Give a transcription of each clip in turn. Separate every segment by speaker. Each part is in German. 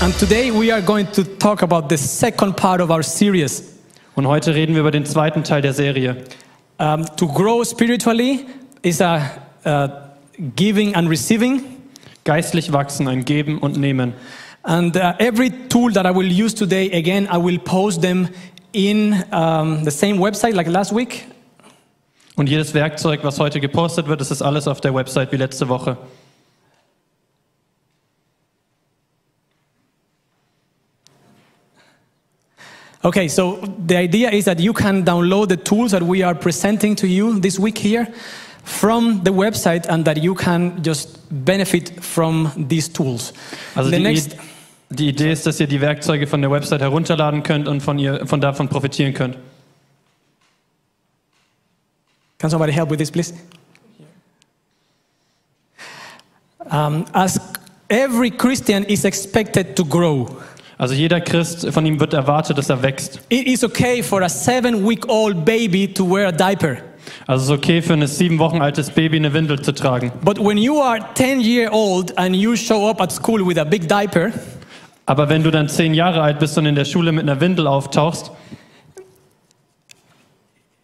Speaker 1: And today we are going to talk about the second part of our series
Speaker 2: Und heute reden wir über den zweiten Teil der Serie.
Speaker 1: um, to grow spiritually is a uh, giving and receiving.
Speaker 2: Geistlich wachsen, ein Geben und Nehmen.
Speaker 1: And uh, every tool that I will use today, again, I will post them in um, the same website like last week.
Speaker 2: Und jedes Werkzeug, was heute gepostet wird, das ist alles auf der Website wie letzte Woche.
Speaker 1: Okay, so the idea is that you can download the tools that we are presenting to you this week here from the website and that you can just benefit from these tools.
Speaker 2: Also
Speaker 1: the
Speaker 2: die,
Speaker 1: next
Speaker 2: I- die Idee ist, dass ihr die Werkzeuge von der Website herunterladen könnt und von, ihr, von davon profitieren könnt.
Speaker 1: Can somebody help with this, please? Um, as every Christian is expected to grow,
Speaker 2: Also jeder Christ, von ihm wird erwartet, dass er wächst.
Speaker 1: it is okay for a seven week old baby to wear a diaper.
Speaker 2: Also es ist okay für ein sieben Wochen altes Baby eine Windel zu tragen.
Speaker 1: But when you are 10 year old and you show up at school with a big diaper,
Speaker 2: Aber wenn du dann zehn Jahre alt bist und in der Schule mit einer Windel auftauchst,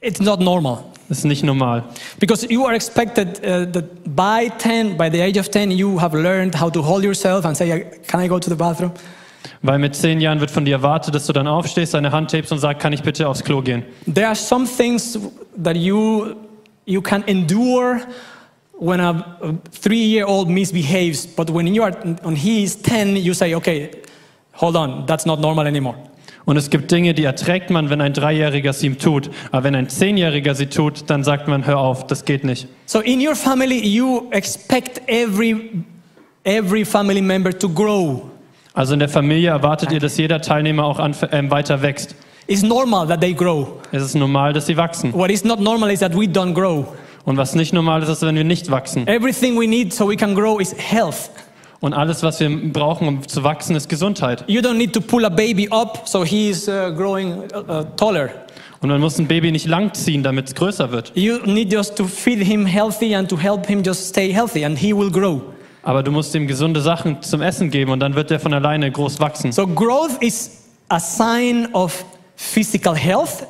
Speaker 1: it's not normal.
Speaker 2: ist nicht normal.
Speaker 1: Because you are expected uh, that by 10, by the age of 10, you have learned how to hold yourself and say, Can I go to the bathroom?
Speaker 2: Weil mit zehn Jahren wird von dir erwartet, dass du dann aufstehst, deine Hand tapst und sagst, kann ich bitte aufs Klo gehen?
Speaker 1: There are some things that you you can endure when a three-year-old misbehaves, but when you are when he is ten, you say, "Okay, hold on, that's not normal anymore."
Speaker 2: Und es gibt Dinge, die erträgt man, wenn ein Dreijähriger sie ihm tut. Aber wenn ein Zehnjähriger sie tut, dann sagt man, hör auf, das geht nicht.
Speaker 1: So in your family, you expect every every family member to grow.
Speaker 2: Also in der Familie erwartet ihr, dass jeder Teilnehmer auch anf- ähm, weiter wächst.
Speaker 1: It's normal that they grow.
Speaker 2: Es ist normal, dass sie wachsen.
Speaker 1: What is not normal is that we don't grow.
Speaker 2: Und was nicht normal ist, ist, wenn wir nicht wachsen.
Speaker 1: Everything we need so we can grow is health.
Speaker 2: Und alles, was wir brauchen, um zu wachsen, ist Gesundheit.
Speaker 1: You don't need to pull a baby up so he is uh, growing uh, uh, taller.
Speaker 2: Und man muss ein Baby nicht langziehen, damit es größer wird.
Speaker 1: You need just to feed him healthy and to help him just stay healthy, and he will grow.
Speaker 2: Aber du musst ihm gesunde Sachen zum Essen geben und dann wird er von alleine groß wachsen.
Speaker 1: So, growth is a sign of physical health,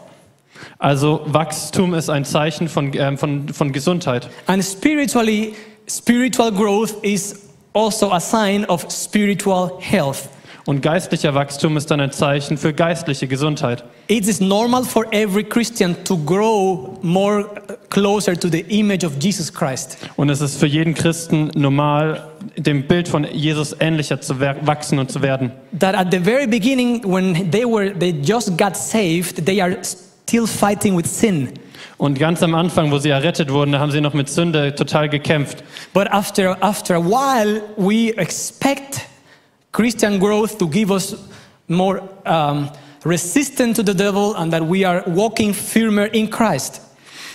Speaker 2: Also Wachstum ist ein Zeichen von, ähm, von, von Gesundheit.
Speaker 1: and spiritually, spiritual growth is also a sign of spiritual health.
Speaker 2: Und geistlicher Wachstum ist dann ein Zeichen für geistliche Gesundheit.
Speaker 1: It is normal for every Christian to grow more uh, closer to the image of Jesus Christ.
Speaker 2: Und es ist für jeden Christen normal, dem Bild von Jesus ähnlicher zu wer- wachsen und zu werden.
Speaker 1: That at the very beginning, when they were they just got saved, they are still fighting with sin.
Speaker 2: Und ganz am Anfang, wo sie errettet wurden, da haben sie noch mit Sünde total gekämpft.
Speaker 1: But after, after a while, we expect Christian growth to give us more um, resistance to the devil and that we are walking firmer in Christ.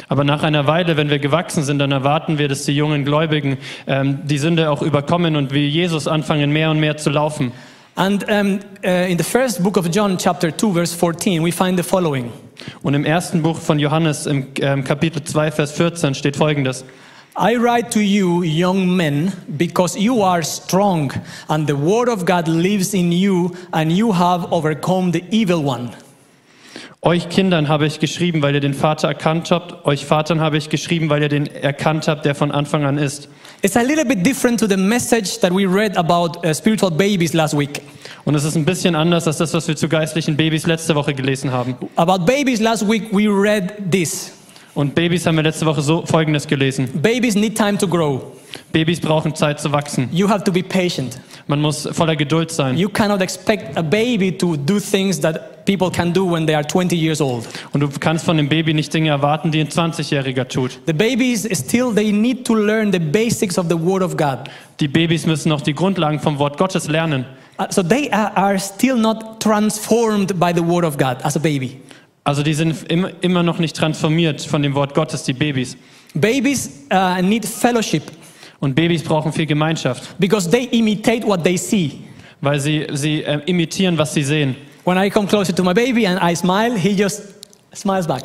Speaker 2: Aber nach einer Weile, wenn wir gewachsen sind, dann erwarten wir, dass die jungen Gläubigen ähm, die Sünde auch überkommen und wie Jesus anfangen, mehr und mehr zu laufen.
Speaker 1: And um, uh, in the first book of John, chapter 2, verse 14, we find the following
Speaker 2: Und im ersten Buch von Johannes, im ähm, Kapitel 2, Vers 14, steht folgendes.
Speaker 1: I write to you, young men, because you are strong, and the word of God lives in you, and you have overcome the evil one.
Speaker 2: Euch Kindern habe ich geschrieben, weil ihr den Vater erkannt habt. Euch Vatern habe ich geschrieben, weil ihr den erkannt habt, der von Anfang an ist.
Speaker 1: It's a little bit different to the message that we read about uh, spiritual babies last week.
Speaker 2: Und es ist ein bisschen anders als das, was wir zu geistlichen Babys letzte Woche gelesen haben.
Speaker 1: About babies, last week we read this.
Speaker 2: Und Babys haben wir letzte Woche so Folgendes gelesen.
Speaker 1: Babies need time to grow.
Speaker 2: Babys brauchen Zeit zu wachsen.
Speaker 1: You have to be patient.
Speaker 2: Man muss voller Geduld sein.
Speaker 1: You cannot expect a baby to do things that people can do when they are 20 years old.
Speaker 2: Und du kannst von dem Baby nicht Dinge erwarten, die ein 20-Jähriger tut.
Speaker 1: The babies still they need to learn the basics of the word of God.
Speaker 2: Die Babys müssen noch die Grundlagen vom Wort Gottes lernen.
Speaker 1: Uh, so they are, are still not transformed by the word of God as a baby.
Speaker 2: Also die sind im- immer noch nicht transformiert von dem Wort Gottes, die Babys.
Speaker 1: Babies uh, need fellowship
Speaker 2: Und Babys brauchen viel Gemeinschaft.
Speaker 1: because they imitate what they see.
Speaker 2: weil sie, sie ähm, imitieren, was sie sehen.
Speaker 1: When I come closer to my baby and I smile, he just smiles back.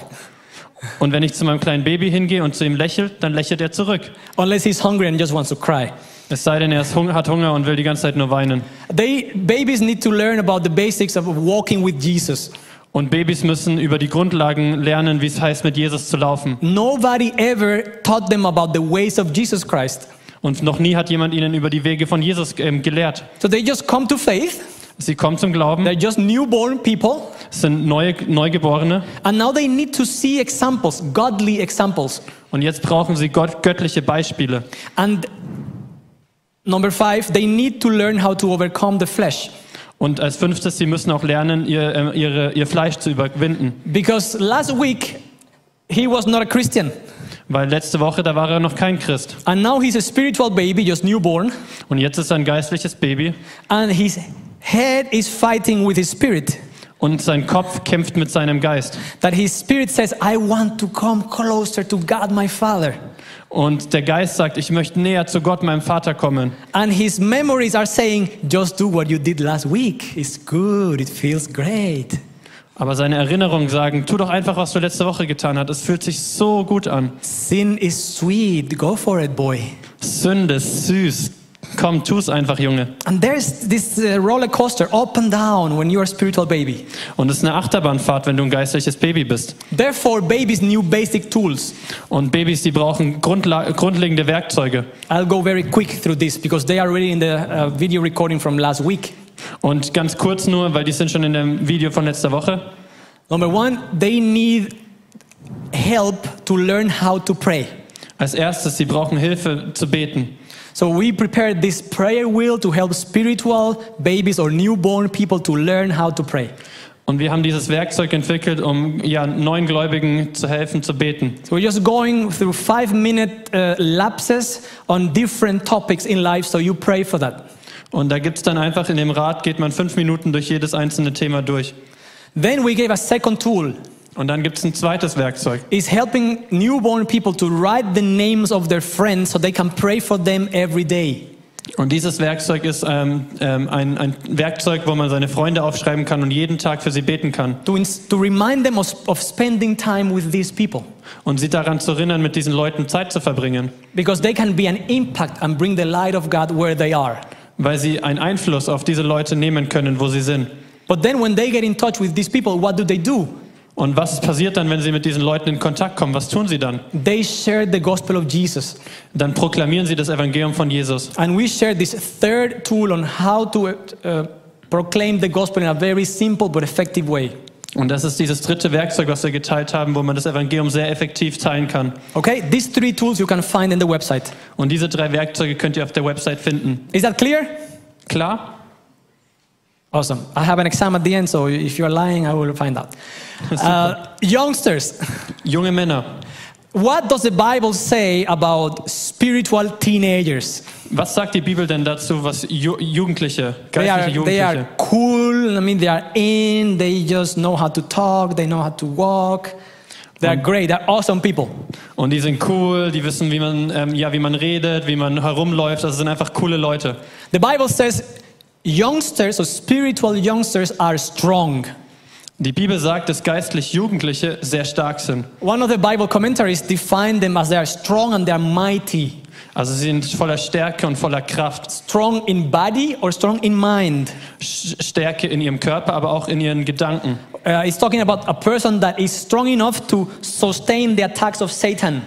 Speaker 2: Und wenn ich zu meinem kleinen Baby hingehe und zu ihm lächle, dann lächelt er zurück.
Speaker 1: Unless he's hungry and just wants to cry.
Speaker 2: Es sei denn, er ist hung- hat Hunger und will die ganze Zeit nur weinen.
Speaker 1: They, babies need to learn about the basics of walking with Jesus.
Speaker 2: Und Babys müssen über die Grundlagen lernen, wie es heißt, mit Jesus zu laufen.
Speaker 1: Nobody ever taught them about the ways of Jesus Christ.
Speaker 2: Und noch nie hat jemand ihnen über die Wege von Jesus ähm, gelehrt.
Speaker 1: So they just come to faith.
Speaker 2: Sie kommen zum Glauben,
Speaker 1: They're just newborn people.
Speaker 2: es sind neue, Neugeborene
Speaker 1: And now they need to see examples, godly examples.
Speaker 2: und jetzt brauchen sie Gott, göttliche Beispiele.
Speaker 1: And number five, they need to learn how to overcome the flesh.
Speaker 2: Und als fünftes, sie müssen auch lernen, ihr, ähm, ihre, ihr Fleisch zu überwinden.
Speaker 1: Because last week, he was not a Christian.
Speaker 2: Weil letzte Woche, da war er noch kein Christ.
Speaker 1: And now he's a spiritual baby, just newborn.
Speaker 2: Und jetzt ist er ein geistliches Baby
Speaker 1: And his head is fighting with his spirit.
Speaker 2: und sein Kopf kämpft mit seinem Geist.
Speaker 1: That his spirit says, I want to come closer to God my Father.
Speaker 2: Und der Geist sagt, ich möchte näher zu Gott, meinem Vater, kommen.
Speaker 1: And his memories are saying, just do what you did last week. It's good, it feels great.
Speaker 2: Aber seine Erinnerungen sagen, tu doch einfach, was du letzte Woche getan hast. Es fühlt sich so gut an.
Speaker 1: Sin is sweet, go for it, boy.
Speaker 2: Sünde, ist süß. Komm, tu's einfach, Junge.
Speaker 1: And there's this uh, roller coaster up and down when you're a spiritual baby.
Speaker 2: Und es ist eine Achterbahnfahrt, wenn du ein geistliches Baby bist.
Speaker 1: Therefore, babies need basic tools.
Speaker 2: Und Babys, die brauchen Grundla grundlegende Werkzeuge.
Speaker 1: I'll go very quick through this because they are already in the uh, video recording from last week.
Speaker 2: Und ganz kurz nur, weil die sind schon in dem Video von letzter Woche.
Speaker 1: Number one, they need help to learn how to pray.
Speaker 2: Als erstes, sie brauchen Hilfe zu beten.
Speaker 1: So we prepared this prayer wheel to help spiritual babies or newborn people to learn how to pray.
Speaker 2: Und wir haben dieses Werkzeug entwickelt, um ja, neuen Gläubigen zu helfen, zu beten.
Speaker 1: So we're just going through five minute uh, lapses on different topics in life, so you pray for that.
Speaker 2: Und da gibt's dann einfach in dem Rat, geht man fünf Minuten durch jedes einzelne Thema durch.
Speaker 1: Then we gave a second tool.
Speaker 2: Und dann gibt's ein zweites Werkzeug.
Speaker 1: It's helping newborn people to write the names of their friends so they can pray for them every day.
Speaker 2: Und dieses Werkzeug ist ähm, ähm, ein, ein Werkzeug, wo man seine Freunde aufschreiben kann und jeden Tag für sie beten kann.
Speaker 1: to, ins- to remind them of, of spending time with these people
Speaker 2: Und sie daran zu erinnern, mit diesen Leuten Zeit zu verbringen.
Speaker 1: because they can be an impact and bring the light of God where they are.
Speaker 2: Weil sie einen Einfluss auf diese Leute nehmen können, wo sie sind.
Speaker 1: But then when they get in touch with these people, what do they do?
Speaker 2: Und was passiert dann, wenn sie mit diesen Leuten in Kontakt kommen? Was tun sie dann?
Speaker 1: They share the gospel of Jesus.
Speaker 2: Dann proklamieren sie das Evangelium von Jesus.
Speaker 1: And we share this third tool on how to uh, proclaim the gospel in a very simple but effective way.
Speaker 2: Und das ist dieses dritte Werkzeug, was wir geteilt haben, wo man das Evangelium sehr effektiv teilen kann.
Speaker 1: Okay, these three tools you can find in the website.
Speaker 2: Und diese drei Werkzeuge könnt ihr auf der Website finden.
Speaker 1: Is that clear?
Speaker 2: Klar?
Speaker 1: Awesome. I have an exam at the end, so if you're lying, I will find out. Uh, youngsters.
Speaker 2: Junge Männer,
Speaker 1: What does the Bible say about spiritual teenagers?
Speaker 2: Was sagt die Bibel denn dazu, was Ju Jugendliche,
Speaker 1: They
Speaker 2: geistliche
Speaker 1: are, they
Speaker 2: Jugendliche,
Speaker 1: are cool, I mean, they are in, they just know how to talk, they know how to walk. They are great, they're awesome people.
Speaker 2: und die sind cool, die wissen, wie man, ähm, ja, wie man redet, wie man herumläuft, das sind einfach coole Leute.
Speaker 1: The Bible says youngsters or spiritual youngsters are strong.
Speaker 2: Die Bibel sagt, dass geistlich Jugendliche sehr stark sind.
Speaker 1: One of the Bible commentaries define them as they are strong and they are mighty.
Speaker 2: Also sie sind voller Stärke und voller Kraft.
Speaker 1: Strong in body or strong in mind.
Speaker 2: Sch- Stärke in ihrem Körper, aber auch in ihren Gedanken.
Speaker 1: Uh, it's talking about a person that is strong enough to sustain the attacks of Satan.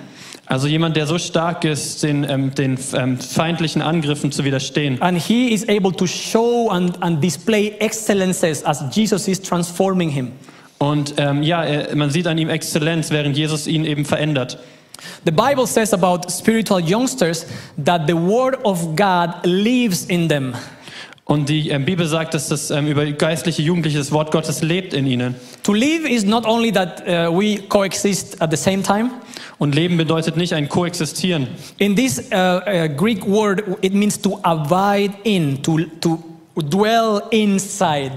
Speaker 2: Also jemand, der so stark ist, den, ähm, den ähm, feindlichen Angriffen zu widerstehen.
Speaker 1: And he is able to show and, and display excellences as Jesus is transforming him.
Speaker 2: Und ähm, ja, er, man sieht an ihm Exzellenz, während Jesus ihn eben verändert.
Speaker 1: The Bible says about spiritual youngsters that the Word of God lives in them.
Speaker 2: Und die ähm, Bibel sagt, dass das ähm, über geistliche Jugendliche das Wort Gottes lebt in ihnen.
Speaker 1: To live is not only that uh, we coexist at the same time.
Speaker 2: Und Leben bedeutet nicht ein Koexistieren.
Speaker 1: In this uh, uh, Greek word, it means to abide in, to, to dwell inside.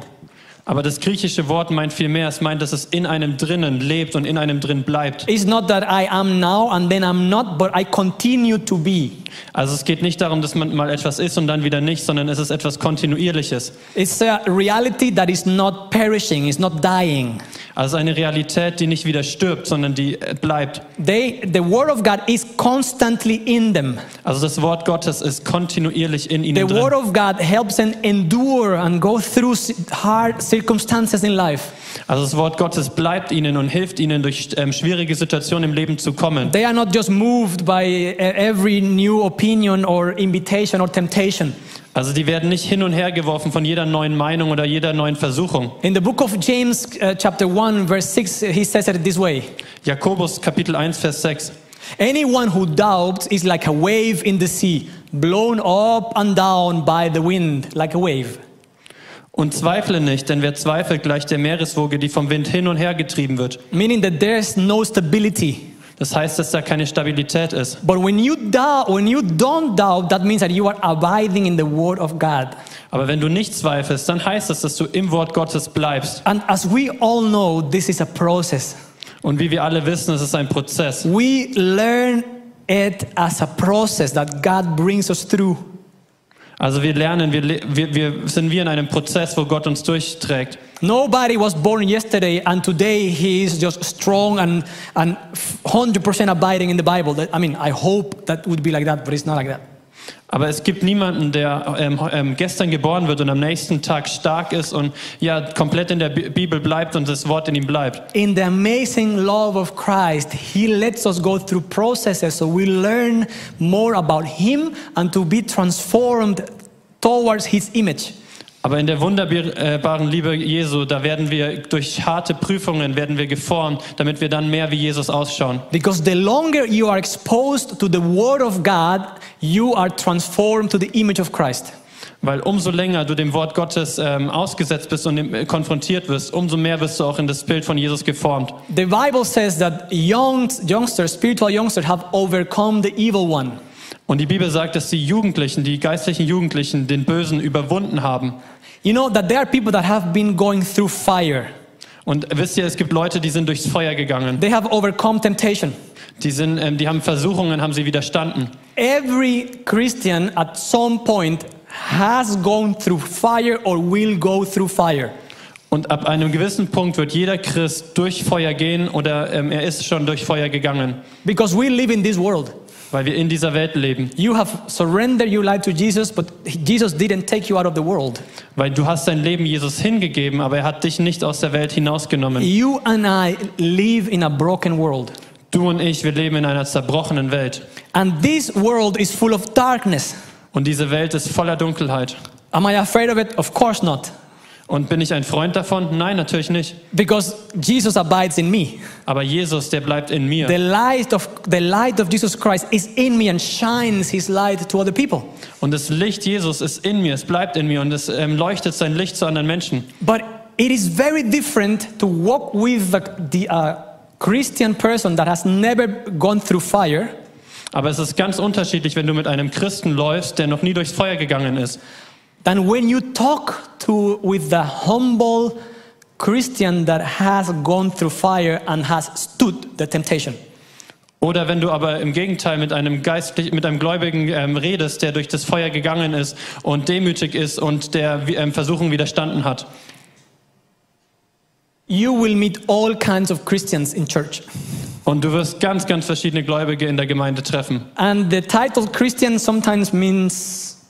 Speaker 2: Aber das griechische Wort meint viel mehr. Es meint, dass es in einem drinnen lebt und in einem drin bleibt.
Speaker 1: It's not that I am now and then I'm not, but I continue to be.
Speaker 2: Also es geht nicht darum, dass man mal etwas ist und dann wieder nicht, sondern es ist etwas Kontinuierliches.
Speaker 1: It's a reality that is not perishing, it's not dying.
Speaker 2: Also eine Realität, die nicht wieder stirbt, sondern die äh, bleibt.
Speaker 1: They, the Word of God is constantly in them.
Speaker 2: Also das Wort Gottes ist kontinuierlich in
Speaker 1: The
Speaker 2: ihnen
Speaker 1: Word
Speaker 2: drin.
Speaker 1: of God helps them endure and go through ci- hard circumstances in life.
Speaker 2: Also das Wort Gottes bleibt ihnen und hilft ihnen, durch ähm, schwierige Situationen im Leben zu kommen.
Speaker 1: They are not just moved by eh, every new opinion or invitation or temptation.
Speaker 2: Also die werden nicht hin und her geworfen von jeder neuen Meinung oder jeder neuen Versuchung.
Speaker 1: In the book of James, uh, chapter 1, verse 6, he says it this way
Speaker 2: Jakobus Kapitel 1, Vers 6.
Speaker 1: Anyone who doubts is like a wave in the sea, blown up and down by the wind, like a wave.
Speaker 2: Und zweifle nicht, denn wer zweifelt, gleicht der Meereswoge, die vom Wind hin und her getrieben wird.
Speaker 1: Meaning that there's no stability.
Speaker 2: Das heißt, dass da keine Stabilität ist.
Speaker 1: But when you doubt, when you don't doubt, that means that you are abiding in the word of God.
Speaker 2: Aber wenn du nicht zweifelst, dann heißt es, dass du im Wort Gottes bleibst.
Speaker 1: And as we all know, this is a process.
Speaker 2: Und wie wir alle wissen, es ist ein Prozess.
Speaker 1: We learn it as a process that God brings us through.
Speaker 2: Also wir lernen, wir, le- wir, wir sind wir in einem Prozess, wo Gott uns durchträgt.
Speaker 1: Nobody was born yesterday and today he is just strong and, and 100% abiding in the Bible. That- I mean, I hope that would be like that, but it's not like that.
Speaker 2: Aber es gibt niemanden, der ähm, ähm, gestern geboren wird und am nächsten Tag stark ist und ja komplett in der Bi- Bibel bleibt und das Wort in ihm bleibt.
Speaker 1: In the amazing love of Christ, he lets us go through processes so we learn more about him and to be transformed towards his image.
Speaker 2: Aber in der wunderbaren Liebe Jesu, da werden wir durch harte Prüfungen werden wir geformt, damit wir dann mehr wie Jesus ausschauen.
Speaker 1: Because the longer you are exposed to the Word of God, you are transformed to the image of Christ.
Speaker 2: Weil umso länger du dem Wort Gottes ähm, ausgesetzt bist und dem, äh, konfrontiert wirst, umso mehr wirst du auch in das Bild von Jesus geformt.
Speaker 1: The Bible says that young, youngsters, spiritual youngsters, have overcome the evil one.
Speaker 2: Und die Bibel sagt, dass die Jugendlichen, die geistlichen Jugendlichen, den Bösen überwunden haben.
Speaker 1: You know that there are people that have been going through fire,
Speaker 2: Und wisst ihr, es gibt Leute, die sind durchs Feuer gegangen.
Speaker 1: they have overcome temptation.
Speaker 2: Die, sind, ähm, die haben Versuchungen, haben sie widerstanden.
Speaker 1: Every Christian at some point has gone through fire or will go through fire.
Speaker 2: Und ab einem gewissen Punkt wird jeder Christ durch Feuer gehen oder ähm, er ist schon durch Feuer gegangen.
Speaker 1: Because we live in this world.
Speaker 2: weil wir in dieser Welt leben.
Speaker 1: You have surrendered your life to Jesus, but Jesus didn't take you out of the world.
Speaker 2: Weil du hast dein Leben Jesus hingegeben, aber er hat dich nicht aus der Welt hinausgenommen.
Speaker 1: You and I live in a broken world.
Speaker 2: Du und ich, wir leben in einer zerbrochenen Welt.
Speaker 1: And this world is full of darkness.
Speaker 2: Und diese Welt ist voller Dunkelheit.
Speaker 1: Am I afraid of it? Of course not.
Speaker 2: Und bin ich ein Freund davon? Nein, natürlich nicht.
Speaker 1: Because Jesus abides in me.
Speaker 2: Aber Jesus, der bleibt in
Speaker 1: The
Speaker 2: mir.
Speaker 1: light of, the light of Jesus Christ is in me and shines his light to other people.
Speaker 2: Und das Licht Jesus ist in mir, es bleibt in mir und es ähm, leuchtet sein Licht zu anderen Menschen.
Speaker 1: But it is very different to walk with the, the uh, Christian person that has never gone through fire
Speaker 2: Aber es ist ganz unterschiedlich, wenn du mit einem Christen läufst, der noch nie durchs Feuer gegangen ist.
Speaker 1: than when you talk to with the humble Christian that has gone through fire and has stood the temptation.
Speaker 2: Oder wenn du aber im Gegenteil mit einem geistlich, mit einem Gläubigen ähm, redest, der durch das Feuer gegangen ist und demütig ist und der ähm, Versuchung widerstanden hat,
Speaker 1: You will meet all kinds of Christians in church.
Speaker 2: und du wirst ganz, ganz verschiedene Gläubige in der Gemeinde treffen.
Speaker 1: And the title Christian sometimes means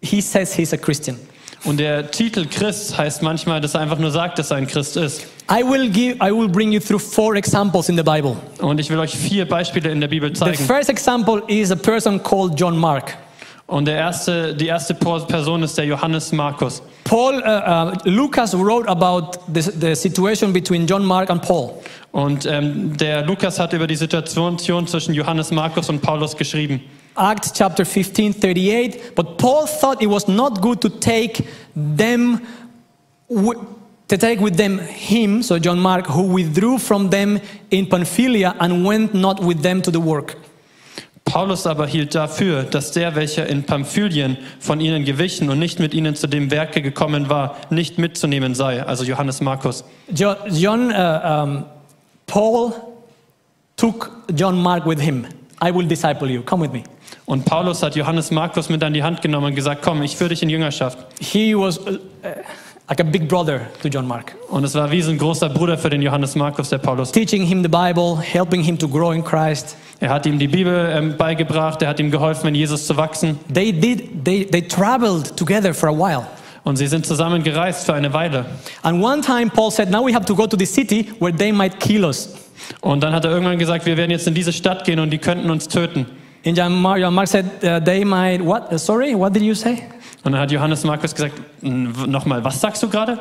Speaker 1: he says he's a Christian.
Speaker 2: Und der Titel Christ heißt manchmal, dass er einfach nur sagt, dass er ein Christ ist.
Speaker 1: I will give I will bring you through four examples in the Bible.
Speaker 2: Und ich will euch vier Beispiele in der Bibel
Speaker 1: The
Speaker 2: zeigen.
Speaker 1: first example is a person called John Mark.
Speaker 2: Und der erste, die erste Por- Person ist der Johannes Markus.
Speaker 1: Paul uh, uh, Lucas wrote about the, the situation between John Mark and Paul.
Speaker 2: Und ähm, der Lukas hat über die Situation zwischen Johannes Markus und Paulus geschrieben.
Speaker 1: Acts chapter 15, 38. But Paul thought it was not good to take them, wi- to take with them him, so John Mark, who withdrew from them in Pamphylia and went not with them to the work.
Speaker 2: Paulus aber hielt dafür, dass der, welcher in Pamphylien von ihnen gewichen und nicht mit ihnen zu dem Werke gekommen war, nicht mitzunehmen sei, also Johannes Markus.
Speaker 1: Jo- John, uh, um, Paul took John Mark with him. I will disciple you. Come with me.
Speaker 2: Und Paulus hat Johannes Markus mit an die Hand genommen und gesagt, komm, ich führe dich in Jüngerschaft.
Speaker 1: He was uh, uh, like a big brother to John Mark,
Speaker 2: Und es war wie so ein großer Bruder für den Johannes Markus, der Paulus.
Speaker 1: teaching him the Bible, helping him to grow in Christ.
Speaker 2: Er hat ihm die Bibel ähm, beigebracht, er hat ihm geholfen, in Jesus zu wachsen.
Speaker 1: They did. They, they traveled together for a while.
Speaker 2: Und sie sind zusammen gereist für eine Weile.
Speaker 1: And one time Paul said, "Now we have to go to the city where they might kill us."
Speaker 2: Und dann hat er irgendwann gesagt, wir werden jetzt in diese Stadt gehen und die könnten uns töten.
Speaker 1: And John Mark, John Mark said, uh, "They might what? Uh, sorry, what did you say?"
Speaker 2: Und dann hat Johannes Markus gesagt, nochmal, was sagst du gerade?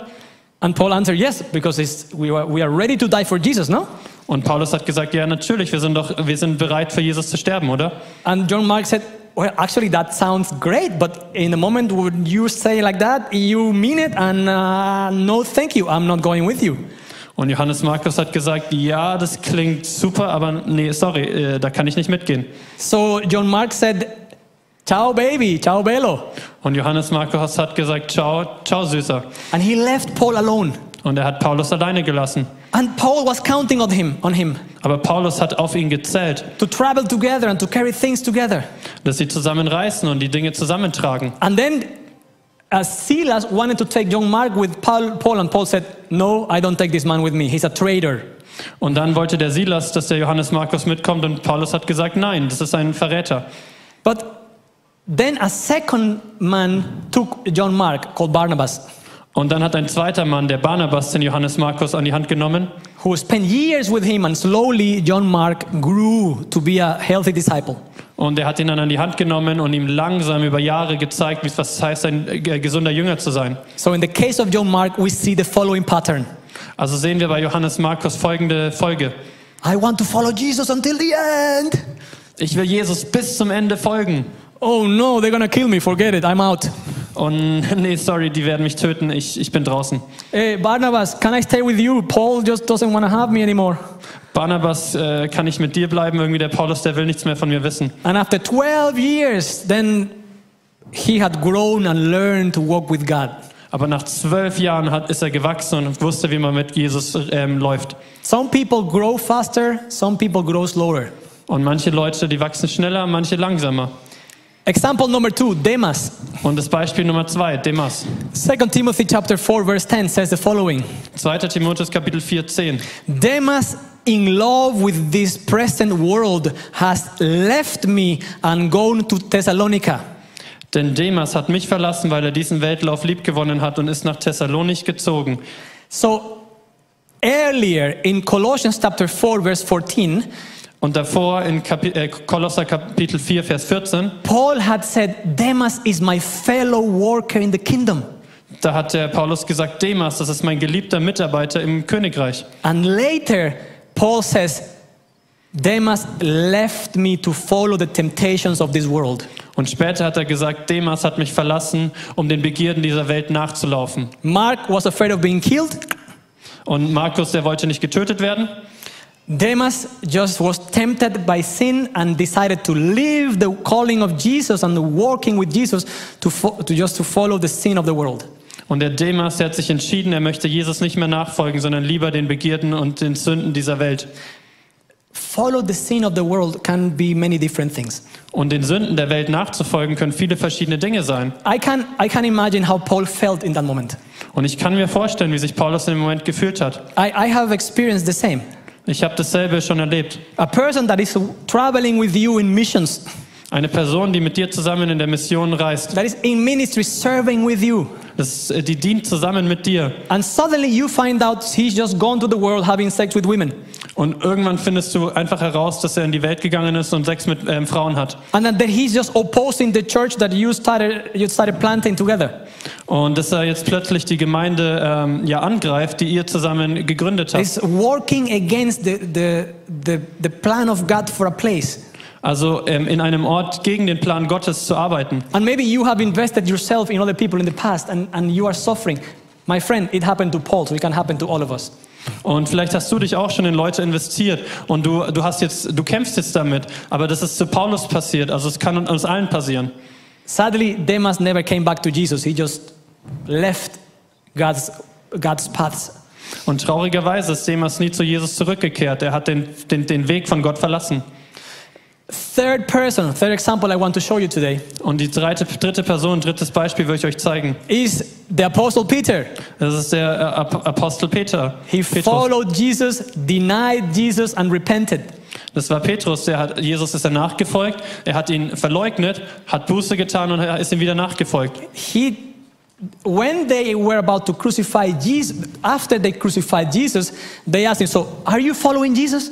Speaker 1: And Paul answered, "Yes, because it's, we, are, we are ready to die for Jesus, no?"
Speaker 2: Und Paulus hat gesagt, ja natürlich, wir sind doch, wir sind bereit für Jesus zu sterben, oder?
Speaker 1: And John Mark said, Well, actually, that sounds great, but in the moment when you say like that, you mean it, and uh, no, thank you, I'm not going with you.
Speaker 2: Und Johannes Markus hat gesagt, ja, das klingt super, aber nee, sorry, äh, da kann ich nicht mitgehen.
Speaker 1: So John Mark said, Ciao, baby, ciao, bello.
Speaker 2: Und Johannes Markus hat gesagt, ciao, ciao Süßer.
Speaker 1: And he left Paul alone.
Speaker 2: Und er hat Paulus alleine gelassen.
Speaker 1: And Paul was counting on him, on him
Speaker 2: Aber Paulus hat auf ihn gezählt,
Speaker 1: to travel together and to carry things together.
Speaker 2: dass sie zusammenreißen und die Dinge zusammentragen.
Speaker 1: And then uh, Silas wanted to take John Mark with Paul, Paul, and Paul said, No, I don't take this man with me. He's a traitor.
Speaker 2: Und dann wollte der Silas, dass der Johannes Markus mitkommt und Paulus hat gesagt, nein, das ist ein Verräter.
Speaker 1: But then a second man took John Mark, called Barnabas,
Speaker 2: Und dann hat ein zweiter Mann, der Barnabas, den Johannes Markus an die Hand genommen.
Speaker 1: who spent years with him, and slowly John Mark grew to be a healthy disciple.
Speaker 2: Und er hat ihn dann an die Hand genommen und ihm langsam über Jahre gezeigt, wie es was es heißt, ein äh, gesunder Jünger zu sein.
Speaker 1: So, in the case of John Mark, we see the following pattern
Speaker 2: Also sehen wir bei Johannes Markus folgende Folge.
Speaker 1: I want to follow Jesus until the end.
Speaker 2: Ich will Jesus bis zum Ende folgen.
Speaker 1: Oh no, they're gonna kill me, forget it, I'm out.
Speaker 2: Und nee, sorry, die werden mich töten, ich, ich bin draußen.
Speaker 1: Hey, Eh, Barnabas, can I stay with you? Paul just doesn't wanna have me anymore.
Speaker 2: Barnabas, äh, kann ich mit dir bleiben? Irgendwie der Paulus, der will nichts mehr von mir wissen.
Speaker 1: And after 12 years, then he had grown and learned to walk with God.
Speaker 2: Aber nach zwölf Jahren hat, ist er gewachsen und wusste, wie man mit Jesus ähm, läuft.
Speaker 1: Some people grow faster, some people grow slower.
Speaker 2: Und manche Leute, die wachsen schneller, manche langsamer.
Speaker 1: Example number two, Demas.
Speaker 2: Und das Beispiel Nummer zwei, Demas.
Speaker 1: 2 Timothy chapter 4 verse 10 says the following.
Speaker 2: 2. Timotheus Kapitel 4, 10.
Speaker 1: Demas in love with this present world has left me and gone to Thessalonica.
Speaker 2: Denn Demas hat mich verlassen, weil er diesen Weltlauf liebgewonnen hat und ist nach Thessalonich gezogen.
Speaker 1: So earlier in Colossians chapter 4 verse 14,
Speaker 2: Und davor in Kapi äh, Kolosser Kapitel 4, Vers 14,
Speaker 1: Paul had said, Demas is my fellow worker in the kingdom.
Speaker 2: da hat der Paulus gesagt, Demas, das ist mein geliebter Mitarbeiter im Königreich.
Speaker 1: And later, Paul says, Demas left me to follow the temptations of this world.
Speaker 2: Und später hat er gesagt, Demas hat mich verlassen, um den Begierden dieser Welt nachzulaufen.
Speaker 1: Mark was afraid of being killed.
Speaker 2: Und Markus, der wollte nicht getötet werden.
Speaker 1: Demas just was tempted by sin and decided to leave the calling of Jesus and the walking with Jesus to, fo- to just to follow the sin of the world.
Speaker 2: Und der Demas der hat sich entschieden, er möchte Jesus nicht mehr nachfolgen, sondern lieber den Begierden und den Sünden dieser Welt.
Speaker 1: Follow the sin of the world can be many different things.
Speaker 2: Und den Sünden der Welt nachzufolgen können viele verschiedene Dinge sein.
Speaker 1: I can, I can imagine how Paul felt in that moment.
Speaker 2: Und ich kann mir vorstellen, wie sich Paulus im Moment gefühlt hat.
Speaker 1: I, I have experienced the same.
Speaker 2: Ich habe dasselbe schon erlebt.
Speaker 1: A person that is traveling with you in missions,
Speaker 2: Eine Person, die mit dir zusammen in der Mission reist,
Speaker 1: that is in ministry serving with you,
Speaker 2: das, äh, die dient zusammen mit dir.
Speaker 1: and suddenly you find out he's just gone to the world having sex with women,
Speaker 2: Und irgendwann findest du einfach heraus, dass er in die Welt gegangen ist und Sex mit ähm, Frauen hat.
Speaker 1: and that that he's just opposing the church that you started, you started planting together.
Speaker 2: Und dass er jetzt plötzlich die Gemeinde ähm, ja angreift, die ihr zusammen gegründet habt.
Speaker 1: It's working against the, the, the, the plan of God for a place.
Speaker 2: Also ähm, in einem Ort gegen den Plan Gottes zu arbeiten.
Speaker 1: And maybe you have invested yourself in other people in the past and, and you are suffering. My friend, it happened to Paul, so it can happen to all of us.
Speaker 2: Und vielleicht hast du dich auch schon in Leute investiert und du, du hast jetzt, du kämpfst jetzt damit. Aber das ist zu Paulus passiert. Also es kann uns allen passieren.
Speaker 1: Sadly, Demas never came back to Jesus. He just left God's, God's paths.
Speaker 2: Und traurigerweise ist Demas nie zu Jesus zurückgekehrt. Er hat den, den, den Weg von Gott verlassen.
Speaker 1: Third person, third example I want to show you today
Speaker 2: Und die dritte, dritte Person, drittes Beispiel will ich euch zeigen.
Speaker 1: is the Apostle Peter.
Speaker 2: Das ist der äh, Ap- Apostel Peter.
Speaker 1: He followed Jesus, denied Jesus, and repented.
Speaker 2: Das war Petrus, der hat, Jesus ist er nachgefolgt, er hat ihn verleugnet, hat Buße getan und er ist ihm wieder nachgefolgt.
Speaker 1: He, when they were about to crucify Jesus, after they crucified Jesus, they asked him, So, are you following Jesus?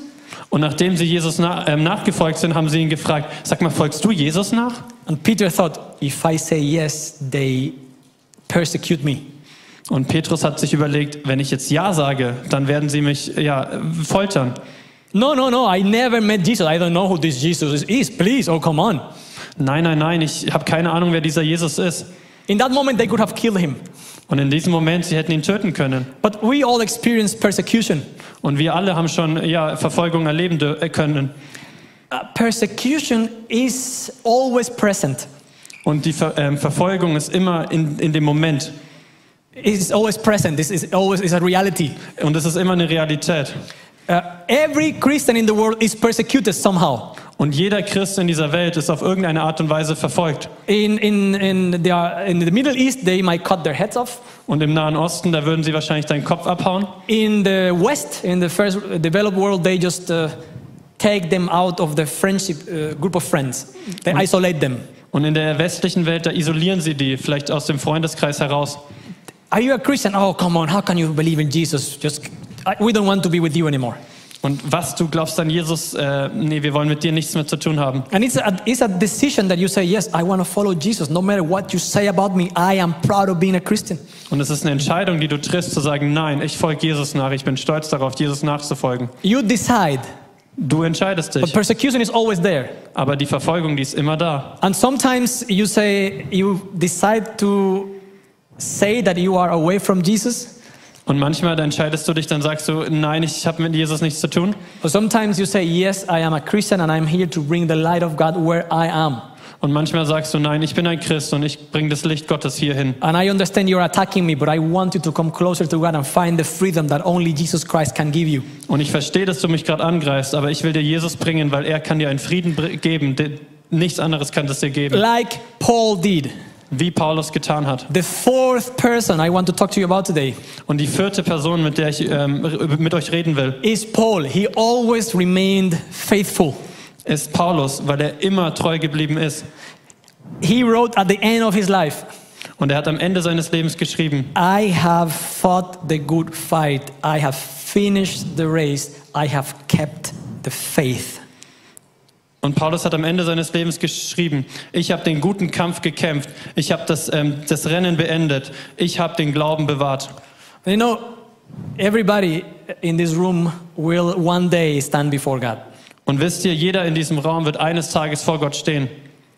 Speaker 2: Und nachdem sie Jesus na, ähm, nachgefolgt sind, haben sie ihn gefragt, sag mal, folgst du Jesus nach?
Speaker 1: And Peter thought, If I say yes, they persecute me.
Speaker 2: Und Petrus hat sich überlegt, wenn ich jetzt Ja sage, dann werden sie mich ja äh, foltern.
Speaker 1: No, no, no, I never met Jesus. I don't know who this Jesus is. Please, oh, come on.
Speaker 2: Nein, nein, nein, ich habe keine Ahnung, wer dieser Jesus ist.
Speaker 1: In that moment, they could have killed him.
Speaker 2: Und in diesem Moment, sie hätten ihn töten können.
Speaker 1: But we all experience persecution.
Speaker 2: Und wir alle haben schon äh, ja, Verfolgung erleben dür- äh, können.
Speaker 1: Uh, persecution is always present,
Speaker 2: Und die Ver ähm, Verfolgung ist immer in, in dem Moment.
Speaker 1: it's always present, this is always is a reality.
Speaker 2: Und es ist immer eine Realität.
Speaker 1: Uh, every Christian in the world is persecuted somehow.
Speaker 2: Und jeder Christ in dieser Welt ist auf irgendeine Art und Weise verfolgt.
Speaker 1: In, in, in, the, uh, in the Middle East, they might cut their heads off.
Speaker 2: Und im Nahen Osten, da würden sie wahrscheinlich deinen Kopf abhauen.
Speaker 1: In the West, in the first developed world, they just uh, take them out of the friendship uh, group of friends. They isolate them.
Speaker 2: Und in der westlichen Welt, da isolieren sie die, vielleicht aus dem Freundeskreis heraus.
Speaker 1: Are you a Christian? Oh, come on, how can you believe in Jesus? Just, I, we don't want to be with you anymore.
Speaker 2: Und was, du glaubst an Jesus, äh, nee, wir wollen mit dir nichts mehr zu tun haben.
Speaker 1: And it's a, it's a decision that you say, yes, I want to follow Jesus. No matter what you say about me, I am proud of being a Christian.
Speaker 2: Und es ist eine Entscheidung, die du triffst, zu sagen, nein, ich folge Jesus nach, ich bin stolz darauf, Jesus nachzufolgen.
Speaker 1: You decide.
Speaker 2: Du entscheidest
Speaker 1: But
Speaker 2: dich,
Speaker 1: persecution is always there.
Speaker 2: aber die Verfolgung, die ist immer da.
Speaker 1: And sometimes you say, you decide to say that you are away from Jesus.
Speaker 2: Und manchmal da entscheidest du dich, dann sagst du, nein, ich habe mit Jesus nichts zu tun.
Speaker 1: Or sometimes you say, yes, I am a Christian and I'm here to bring the light of God where I am.
Speaker 2: Und manchmal sagst du, nein, ich bin ein Christ und ich bringe das Licht Gottes hier hin.
Speaker 1: And I understand you're attacking me, but I want you to come closer to God and find the freedom that only Jesus Christ can give you.
Speaker 2: Und ich verstehe, dass du mich gerade angreifst, aber ich will dir Jesus bringen, weil er kann dir einen Frieden br- geben. den- Nichts anderes kann es dir geben,
Speaker 1: Like Paul did.
Speaker 2: wie Paulus getan hat.
Speaker 1: The fourth person I want to talk to you about today
Speaker 2: Und die vierte Person, mit der ich ähm, r- mit euch reden will,
Speaker 1: is Paul. He always remained faithful.
Speaker 2: ist Paulus, weil er immer treu geblieben ist.
Speaker 1: He wrote at the end of his life,
Speaker 2: Und er hat am Ende seines Lebens geschrieben,
Speaker 1: I have fought the good fight. I have finished the race. I have kept the faith.
Speaker 2: und Paulus hat am Ende seines Lebens geschrieben, ich habe den guten Kampf gekämpft, ich habe das, ähm, das Rennen beendet, ich habe den Glauben bewahrt.
Speaker 1: You know, everybody in this room will one day stand before God.
Speaker 2: Und wisst ihr, jeder in diesem Raum wird eines Tages vor Gott stehen.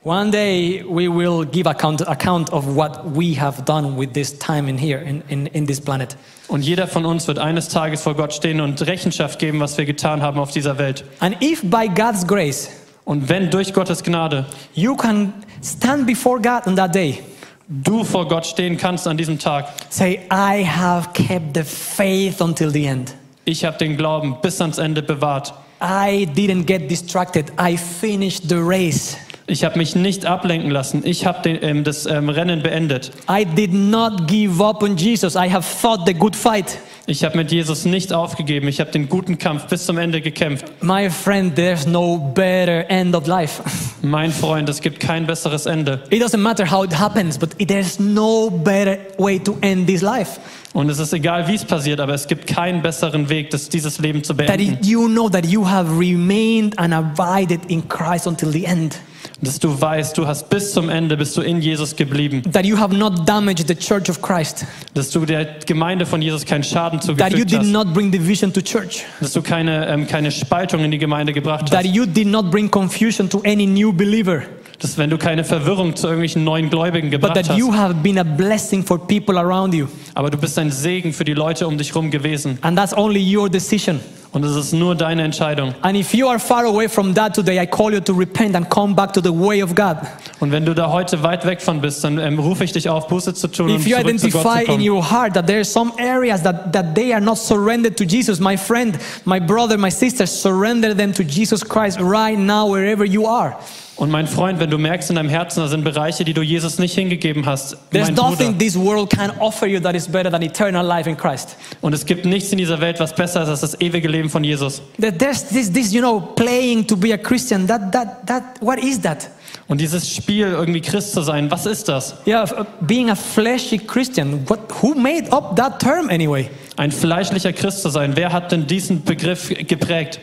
Speaker 1: One day we will give account, account of what we have done with this time in here, in, in, in this planet.
Speaker 2: Und jeder von uns wird eines Tages vor Gott stehen und Rechenschaft geben, was wir getan haben auf dieser Welt.
Speaker 1: And if by God's grace
Speaker 2: Und wenn durch Gottes Gnade
Speaker 1: you can stand before God on that day,
Speaker 2: du vor Gott stehen kannst an diesem Tag,
Speaker 1: Say, I have kept the faith until the end.
Speaker 2: ich habe den Glauben bis ans Ende bewahrt.
Speaker 1: I didn't get distracted. I finished the race.
Speaker 2: Ich habe mich nicht ablenken lassen. Ich habe den- ähm, das ähm, Rennen beendet.
Speaker 1: I did not give up on Jesus. I have fought the good fight.
Speaker 2: Ich habe mit Jesus nicht aufgegeben. Ich habe den guten Kampf bis zum Ende gekämpft.
Speaker 1: My friend, there's no better end of life.
Speaker 2: Mein Freund, es gibt kein besseres Ende.
Speaker 1: It doesn't matter how it happens, but there's no better way to end this life.
Speaker 2: Und es ist egal, wie es passiert, aber es gibt keinen besseren Weg, das, dieses Leben zu
Speaker 1: That
Speaker 2: beenden.
Speaker 1: it- you know that you have remained and abided in Christ until the end.
Speaker 2: Dass du weißt, du hast bis zum Ende, bist du in Jesus geblieben.
Speaker 1: That you have not damaged the church of Christ.
Speaker 2: dass du der Gemeinde von Jesus keinen Schaden
Speaker 1: That you
Speaker 2: zugefügt
Speaker 1: did
Speaker 2: hast,
Speaker 1: not bring division to church.
Speaker 2: dass du keine, ähm, keine Spaltung in die Gemeinde gebracht
Speaker 1: that
Speaker 2: hast,
Speaker 1: you did not bring confusion to any new believer,
Speaker 2: dass wenn du keine Verwirrung zu irgendwelchen neuen Gläubigen
Speaker 1: but
Speaker 2: gebracht
Speaker 1: that you
Speaker 2: hast,
Speaker 1: have been a blessing for people around you.
Speaker 2: aber du bist ein Segen für die Leute um dich rum gewesen
Speaker 1: And that's only your decision.
Speaker 2: Und es ist nur deine Entscheidung.
Speaker 1: And if you are far away from that today, I call you to repent and come back to the way of God.
Speaker 2: Und wenn du da heute weit weg von bist, dann ähm, rufe ich dich auf, Buße zu tun und
Speaker 1: If you
Speaker 2: zurück zu Gott
Speaker 1: identify
Speaker 2: zu
Speaker 1: in
Speaker 2: kommen.
Speaker 1: your heart that there are some areas that, that they are not surrendered to Jesus, my friend, my brother, my sister, surrender them to Jesus Christ right now, wherever you are.
Speaker 2: Und mein Freund, wenn du merkst in deinem Herzen, da sind Bereiche, die du Jesus nicht hingegeben hast,
Speaker 1: There's
Speaker 2: mein
Speaker 1: nothing
Speaker 2: Bruder.
Speaker 1: this world can offer you that is better than eternal life in Christ.
Speaker 2: Und es gibt nichts in dieser Welt, was besser ist als das ewige Leben von Jesus.
Speaker 1: That there's this, this, you know, playing to be a Christian. That, that, that, what is that?
Speaker 2: Und dieses Spiel, irgendwie Christ zu sein, was ist das?
Speaker 1: Yeah, f- uh, being a fleshy Christian. What, who made up that term anyway?
Speaker 2: Ein fleischlicher Christ zu sein. Wer hat denn diesen Begriff geprägt?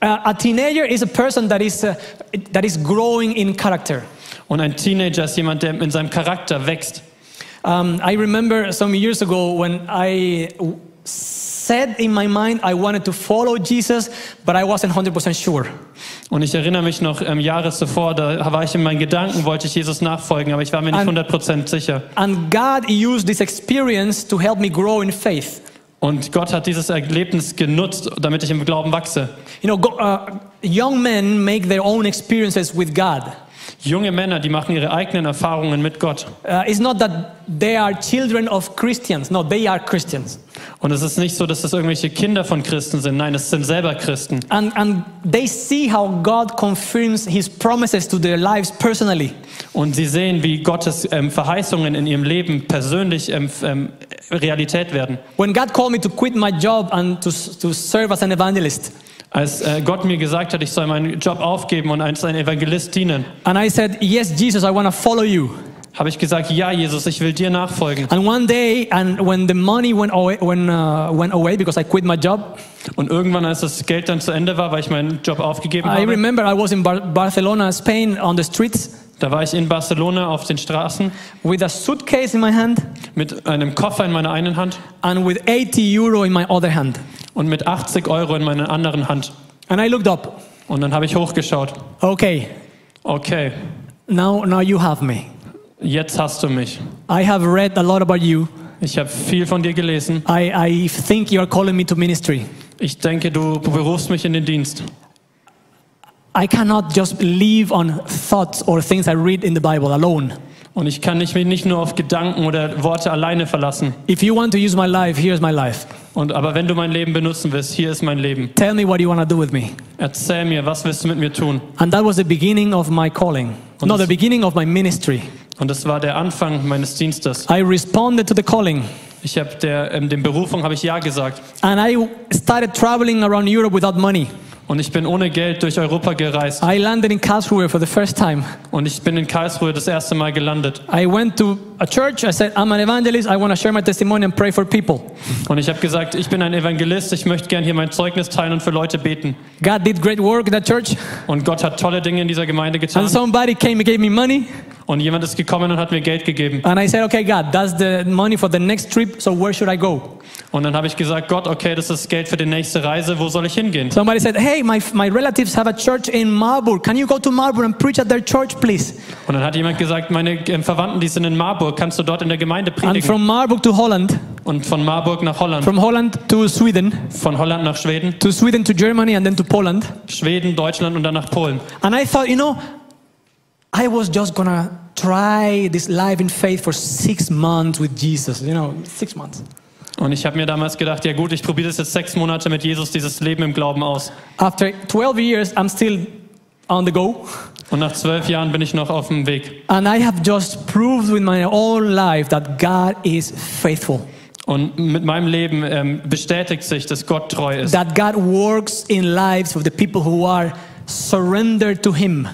Speaker 1: Uh, a teenager is a person that is, uh, that is growing in character.
Speaker 2: Und ein Teenager ist jemand, der in seinem Charakter wächst.
Speaker 1: Um, I remember some years ago when I w- said in my mind I wanted to follow Jesus, but I wasn't 100% sure.
Speaker 2: Und ich erinnere mich noch ähm, Jahre zuvor, da war ich in meinen Gedanken, wollte ich Jesus nachfolgen, aber ich war mir nicht
Speaker 1: An-
Speaker 2: 100% sicher.
Speaker 1: And God used this experience to help me grow in faith.
Speaker 2: Und Gott hat dieses Erlebnis genutzt, damit ich im Glauben wachse.
Speaker 1: You know, go, uh, young men make their own experiences with God.
Speaker 2: Junge Männer, die machen ihre eigenen Erfahrungen mit Gott.
Speaker 1: Uh, it's not that they are children of Christians. No, they are Christians.
Speaker 2: Und es ist nicht so, dass das irgendwelche Kinder von Christen sind. Nein, es sind selber Christen.
Speaker 1: And, and they see how God confirms his promises to their lives personally.
Speaker 2: Und sie sehen, wie Gottes ähm, Verheißungen in ihrem Leben persönlich ähm, f- ähm, Realität werden.
Speaker 1: When God called me to quit my job and to, s- to serve as an evangelist,
Speaker 2: Als äh, Gott mir gesagt hat, ich soll meinen Job aufgeben und als ein Evangelist dienen,
Speaker 1: and I said, Yes, Jesus, I want to follow you.
Speaker 2: habe ich gesagt, ja, Jesus, ich will dir nachfolgen.
Speaker 1: And one day, and when the money went away, when, uh, went away because I quit my job,
Speaker 2: Und irgendwann, als das Geld dann zu Ende war, weil ich meinen Job aufgegeben
Speaker 1: I
Speaker 2: habe,
Speaker 1: remember I was in Bar- Barcelona, Spain, on the streets
Speaker 2: da war ich in Barcelona auf den Straßen
Speaker 1: with a suitcase in my hand
Speaker 2: mit einem Koffer in meiner einen Hand
Speaker 1: and with 80 euro in my other hand.
Speaker 2: und mit 80 Euro in meiner anderen Hand.
Speaker 1: And I looked up.
Speaker 2: Und dann habe ich hochgeschaut.
Speaker 1: Okay,
Speaker 2: Okay,
Speaker 1: now, now you have me.
Speaker 2: jetzt hast du mich.
Speaker 1: I have read a lot about you.
Speaker 2: Ich habe viel von dir gelesen.
Speaker 1: I, I think you're calling me to ministry.
Speaker 2: Ich denke, du berufst mich in den Dienst.
Speaker 1: I cannot just live on thoughts or things I read in the Bible alone.
Speaker 2: Und ich kann mich nicht nur auf Gedanken oder Worte alleine verlassen.
Speaker 1: If you want to use my life, here's my life.
Speaker 2: Und aber wenn du mein Leben benutzen willst, hier ist mein Leben.
Speaker 1: Tell me what you want to do with me.
Speaker 2: Erzähl mir, was willst du mit mir tun?
Speaker 1: And that was the beginning of my calling. No, the
Speaker 2: this-
Speaker 1: beginning of my ministry.
Speaker 2: Und das war der Anfang meines Dienstes.
Speaker 1: I responded to the calling
Speaker 2: Ich habe der ähm, dem Berufung habe ich ja gesagt.
Speaker 1: and I started traveling around Europe without money.
Speaker 2: Und ich bin ohne Geld durch Europa gereist.
Speaker 1: I landed in Karlsruhe for the first time.
Speaker 2: Und ich bin in Karlsruhe das erste Mal gelandet.
Speaker 1: I went to a church. I said, I'm an evangelist. I want to share my testimony and pray for people.
Speaker 2: Und ich habe gesagt, ich bin ein Evangelist. Ich möchte gern hier mein Zeugnis teilen und für Leute beten.
Speaker 1: God did great work in that church.
Speaker 2: Und Gott hat tolle Dinge in dieser Gemeinde
Speaker 1: And
Speaker 2: getan.
Speaker 1: somebody came and gave me money.
Speaker 2: Und jemand ist gekommen und hat mir Geld gegeben.
Speaker 1: And I said, okay, God, that's the money for the next trip, so where should I go?
Speaker 2: Und dann habe ich gesagt, Gott, okay, das ist Geld für die nächste Reise. Wo soll ich hingehen?
Speaker 1: Somebody said, hey, my, my relatives have a church in Marburg. Can you go to Marburg and preach at their church, please?
Speaker 2: Und dann hat jemand gesagt, meine ähm, Verwandten, die sind in Marburg. Kannst du dort in der Gemeinde
Speaker 1: And
Speaker 2: predigen?
Speaker 1: from Marburg to Holland,
Speaker 2: Und von Marburg nach Holland,
Speaker 1: from Holland to Sweden,
Speaker 2: von Holland nach Schweden,
Speaker 1: to Sweden to Germany, and then to Poland.
Speaker 2: Schweden, Deutschland und dann nach Polen.
Speaker 1: And I thought, you know, I was just gonna try this life in faith for six months with Jesus, you know, six months.
Speaker 2: Und ich habe mir damals gedacht, ja gut, ich probiere das jetzt sechs Monate mit Jesus, dieses Leben im Glauben aus.
Speaker 1: After 12 years, I'm still on the go.
Speaker 2: Und nach zwölf Jahren bin ich noch auf dem Weg.
Speaker 1: And I have just proved with my own life that God is faithful.
Speaker 2: Und mit meinem Leben ähm, bestätigt sich, dass Gott treu ist.
Speaker 1: that God works in lives of the people who are surrendered to Him,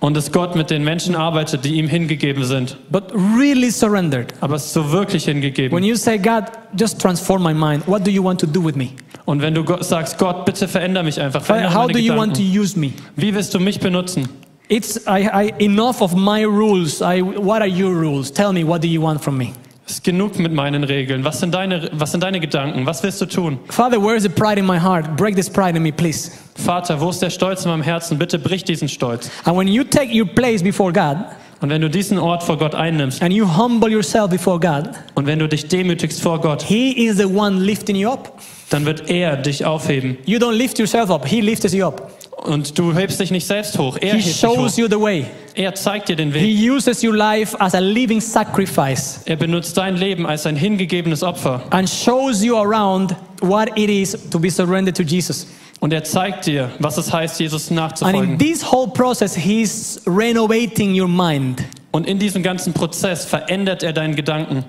Speaker 2: Und dass Gott mit den Menschen arbeitet, die ihm hingegeben sind.
Speaker 1: but really surrendered.
Speaker 2: Aber es ist so wirklich
Speaker 1: When
Speaker 2: hingegeben.
Speaker 1: you say, God, just transform my mind, what do you want to do with me?
Speaker 2: Und wenn du Gott sagst, Gott, bitte veränder mich einfach. Veränder
Speaker 1: How
Speaker 2: meine
Speaker 1: do you want to
Speaker 2: Gedanken.
Speaker 1: use me?
Speaker 2: Wie willst du mich benutzen?
Speaker 1: It's I, I, enough of my rules. I, what are your rules? Tell me, what do you want from me?
Speaker 2: Ist genug mit meinen Regeln. Was sind deine, was sind deine Gedanken? Was willst du tun?
Speaker 1: Father, where is the pride in my heart? Break this pride in me, please.
Speaker 2: Vater, wo ist der Stolz in meinem Herzen? Bitte brich diesen Stolz.
Speaker 1: And when you take your place before God,
Speaker 2: Und wenn du diesen Ort vor Gott einnimmst
Speaker 1: and you humble yourself before God,
Speaker 2: und wenn du dich demütigst vor Gott,
Speaker 1: He is the one lifting you up.
Speaker 2: dann wird er dich aufheben.
Speaker 1: You don't lift yourself up, He lifts you up.
Speaker 2: Und du hebst dich nicht selbst hoch. Er
Speaker 1: He
Speaker 2: hebt dich hoch.
Speaker 1: shows you the way.
Speaker 2: Er zeigt dir den
Speaker 1: He
Speaker 2: Weg.
Speaker 1: uses your life as a living sacrifice
Speaker 2: Er benutzt dein Leben als ein hingegebenes Opfer.
Speaker 1: and shows you around what it is to be surrendered to Jesus.
Speaker 2: Und er zeigt dir, was es heißt, Jesus
Speaker 1: And in
Speaker 2: nachzufolgen.
Speaker 1: this whole process, He's renovating your mind.
Speaker 2: Und in diesem ganzen Prozess verändert er deinen Gedanken.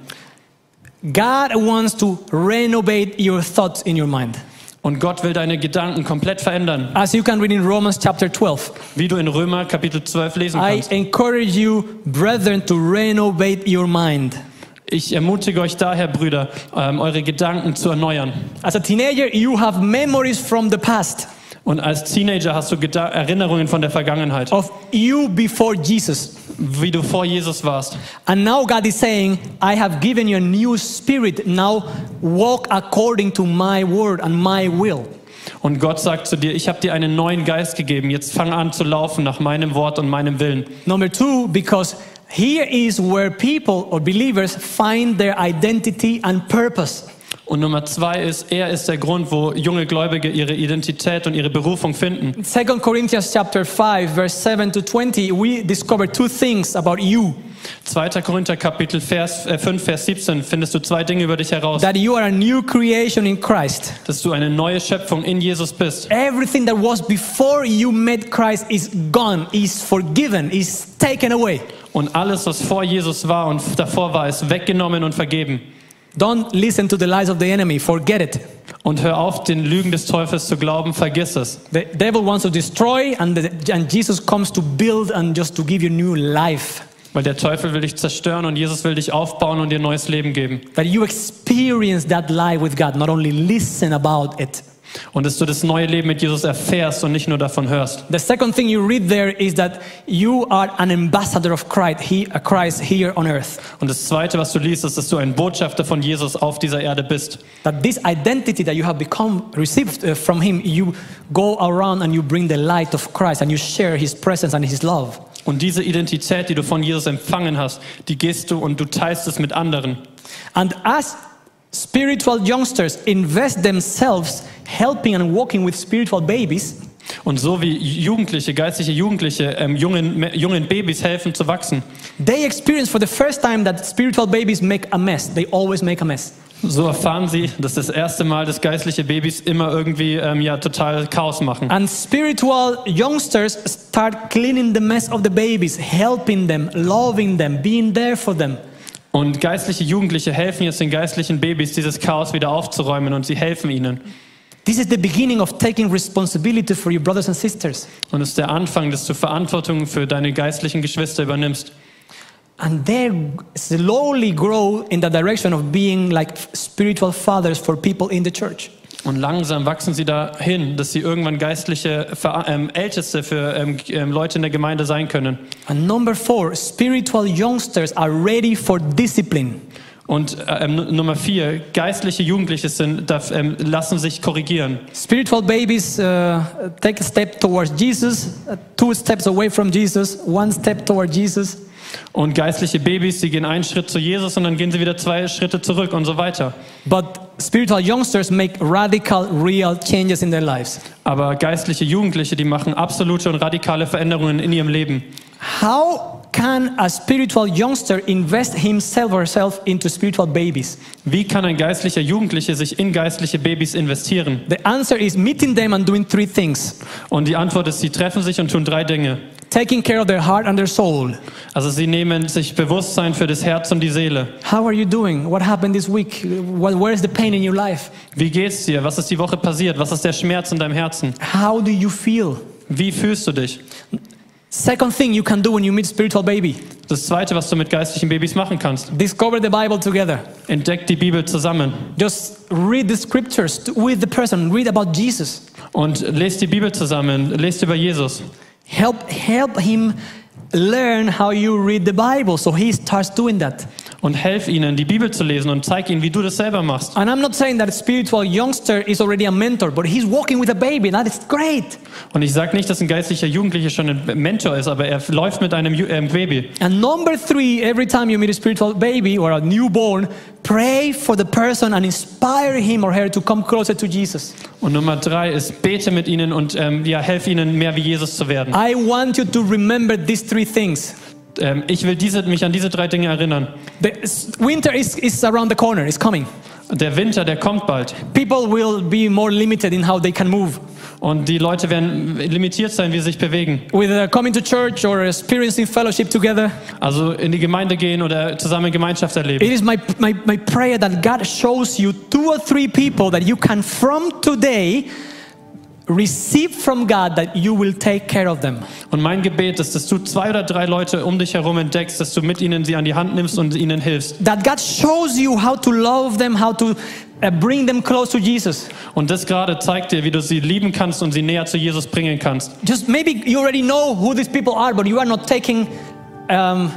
Speaker 1: God wants to renovate your thoughts in your mind.
Speaker 2: Und Gott will deine Gedanken komplett verändern,
Speaker 1: As you can read in Romans chapter 12,
Speaker 2: wie du in Römer Kapitel 12 lesen
Speaker 1: I
Speaker 2: kannst.
Speaker 1: encourage you, brethren, to renovate your mind.
Speaker 2: Ich ermutige euch daher, Brüder, ähm, eure Gedanken zu erneuern.
Speaker 1: As a teenager, you have memories from the past
Speaker 2: Und als Teenager hast du Geda Erinnerungen von der Vergangenheit,
Speaker 1: of you before Jesus.
Speaker 2: wie du vor Jesus warst.
Speaker 1: And now God is saying, I have given you a new spirit. Now walk according to my word and my will.
Speaker 2: Und Gott sagt zu dir, ich habe dir einen neuen Geist gegeben, jetzt fang an zu laufen nach meinem Wort und meinem Willen.
Speaker 1: Number two, because here is where people or believers find their identity and purpose.
Speaker 2: Und Nummer zwei ist, er ist der Grund, wo junge Gläubige ihre Identität und ihre Berufung finden.
Speaker 1: 2 Corinthians chapter 5 verse 7 to 20 we discover two things about you
Speaker 2: 2. Korinther Kapitel Vers, äh, 5, Vers 17 findest du zwei Dinge über dich heraus,
Speaker 1: that you are a new creation in Christ.
Speaker 2: dass du eine neue Schöpfung in Jesus bist.
Speaker 1: Everything that was before you met Christ is gone, is forgiven, is taken away.
Speaker 2: Und alles, was vor Jesus war und davor war, ist weggenommen und vergeben.
Speaker 1: Don't listen to the lies of the enemy, forget it.
Speaker 2: Und hör auf, den Lügen des Teufels zu glauben, vergiss es.
Speaker 1: The devil wants to destroy and, the, and Jesus comes to build and just to give you new life.
Speaker 2: Weil der Teufel will dich zerstören und Jesus will dich aufbauen und dir neues Leben geben.
Speaker 1: That you experience that life with God, not only listen about it.
Speaker 2: Und dass du das neue Leben mit Jesus erfährst und nicht nur davon hörst.
Speaker 1: The second thing you read there is that you are an ambassador of Christ, he, uh, Christ here on earth.
Speaker 2: Und das Zweite, was du liest, ist, dass du ein Botschafter von Jesus auf dieser Erde bist.
Speaker 1: That this identity that you have become received uh, from Him, you go around and you bring the light of Christ and you share His presence and His love.
Speaker 2: Und diese Identität, die du von Jesus empfangen hast, die gehst du und du teilst es mit anderen.
Speaker 1: And as spiritual youngsters invest themselves helping and walking with spiritual babies,
Speaker 2: Und so wie Jugendliche, geistliche Jugendliche, ähm, jungen, me- jungen Babys helfen zu wachsen,
Speaker 1: they experience for the first time that spiritual babies make a mess. They always make a mess.
Speaker 2: so erfahren sie, dass das erste Mal, dass geistliche Babys immer irgendwie ähm, ja, total Chaos machen.
Speaker 1: And spiritual youngsters start cleaning the mess of the babies, helping them, loving them, being there for them.
Speaker 2: Und geistliche Jugendliche helfen jetzt den geistlichen Babys, dieses Chaos wieder aufzuräumen und sie helfen ihnen.
Speaker 1: This is the beginning of taking responsibility for your brothers and sisters.
Speaker 2: Und es ist der Anfang, dass du Verantwortung für deine geistlichen Geschwister übernimmst.
Speaker 1: And they slowly grow in the direction of being like spiritual fathers for people in the church.
Speaker 2: Und langsam wachsen sie dahin, dass sie irgendwann geistliche Ver ähm, Älteste für ähm, ähm, Leute in der Gemeinde sein können.
Speaker 1: And number four, spiritual youngsters are ready for discipline.
Speaker 2: Und äh, ähm, Nu- Nummer vier, geistliche Jugendliche sind, darf, ähm, lassen sich korrigieren.
Speaker 1: Spiritual babies uh, take a step towards Jesus, uh, two steps away from Jesus, one step toward Jesus.
Speaker 2: Und geistliche Babys, die gehen einen Schritt zu Jesus und dann gehen sie wieder zwei Schritte zurück und so weiter.
Speaker 1: But spiritual youngsters make radical, real changes in their lives.
Speaker 2: Aber geistliche Jugendliche, die machen absolute und radikale Veränderungen in ihrem Leben.
Speaker 1: How can a spiritual youngster invest himself or herself into spiritual babies?
Speaker 2: Wie kann ein geistlicher Jugendliche sich in geistliche Babys investieren?
Speaker 1: The answer is meeting them and doing three things
Speaker 2: Und die Antwort ist, sie treffen sich und tun drei Dinge.
Speaker 1: taking care of their heart and their soul.
Speaker 2: Also sie nehmen sich Bewusstsein für das Herz und die Seele.
Speaker 1: How are you doing? What happened this week? What, where is the pain in your life?
Speaker 2: Wie geht's dir? Was ist die Woche passiert? Was ist der Schmerz in deinem Herzen?
Speaker 1: How do you feel?
Speaker 2: Wie fühlst du dich?
Speaker 1: Second thing you can do when you meet spiritual baby
Speaker 2: Das zweite, was du mit geistlichen Babys machen kannst,
Speaker 1: discover the Bible together.
Speaker 2: entdeck die Bibel zusammen
Speaker 1: Just read the scriptures t- with the person, read about Jesus.
Speaker 2: und lest die Bibel zusammen, lest über Jesus.
Speaker 1: help help him learn how you read the bible so he starts doing that
Speaker 2: und helf ihnen, die Bibel zu lesen und zeig ihnen, wie du das selber machst.
Speaker 1: And I'm not saying that a spiritual youngster is already a mentor, but he's walking with a baby. That is great.
Speaker 2: Und ich sage nicht, dass ein geistlicher Jugendlicher schon ein Mentor ist, aber er läuft mit einem Ju- ähm, Baby.
Speaker 1: And number three, every time you meet a spiritual baby or a newborn, pray for the person and inspire him or her to come closer to Jesus.
Speaker 2: Und Nummer drei ist, bete mit ihnen und ähm, ja, helf ihnen, mehr wie Jesus zu werden.
Speaker 1: I want you to remember these three things.
Speaker 2: Ähm, ich will diese, mich an diese drei Dinge erinnern.
Speaker 1: The s- winter is, is around the corner, it's coming.
Speaker 2: Der Winter, der kommt bald.
Speaker 1: People will be more limited in how they can move.
Speaker 2: Und die Leute werden limitiert sein, wie sie sich bewegen.
Speaker 1: Whether uh, coming to church or experiencing fellowship together,
Speaker 2: Also in die Gemeinde gehen oder zusammen Gemeinschaft erleben.
Speaker 1: it is my, my, my prayer that God shows you two or three people that you can, from today, receive from God that you will take care of them.
Speaker 2: Und mein Gebet ist, dass du zwei oder drei Leute um dich herum entdeckst, dass du mit ihnen sie an die Hand nimmst und ihnen hilfst.
Speaker 1: that God shows you how to love them, how to uh, bring them close to Jesus.
Speaker 2: Und das gerade zeigt dir, wie du sie lieben kannst und sie näher zu Jesus bringen kannst.
Speaker 1: Just maybe you already know who these people are, but you are not taking um,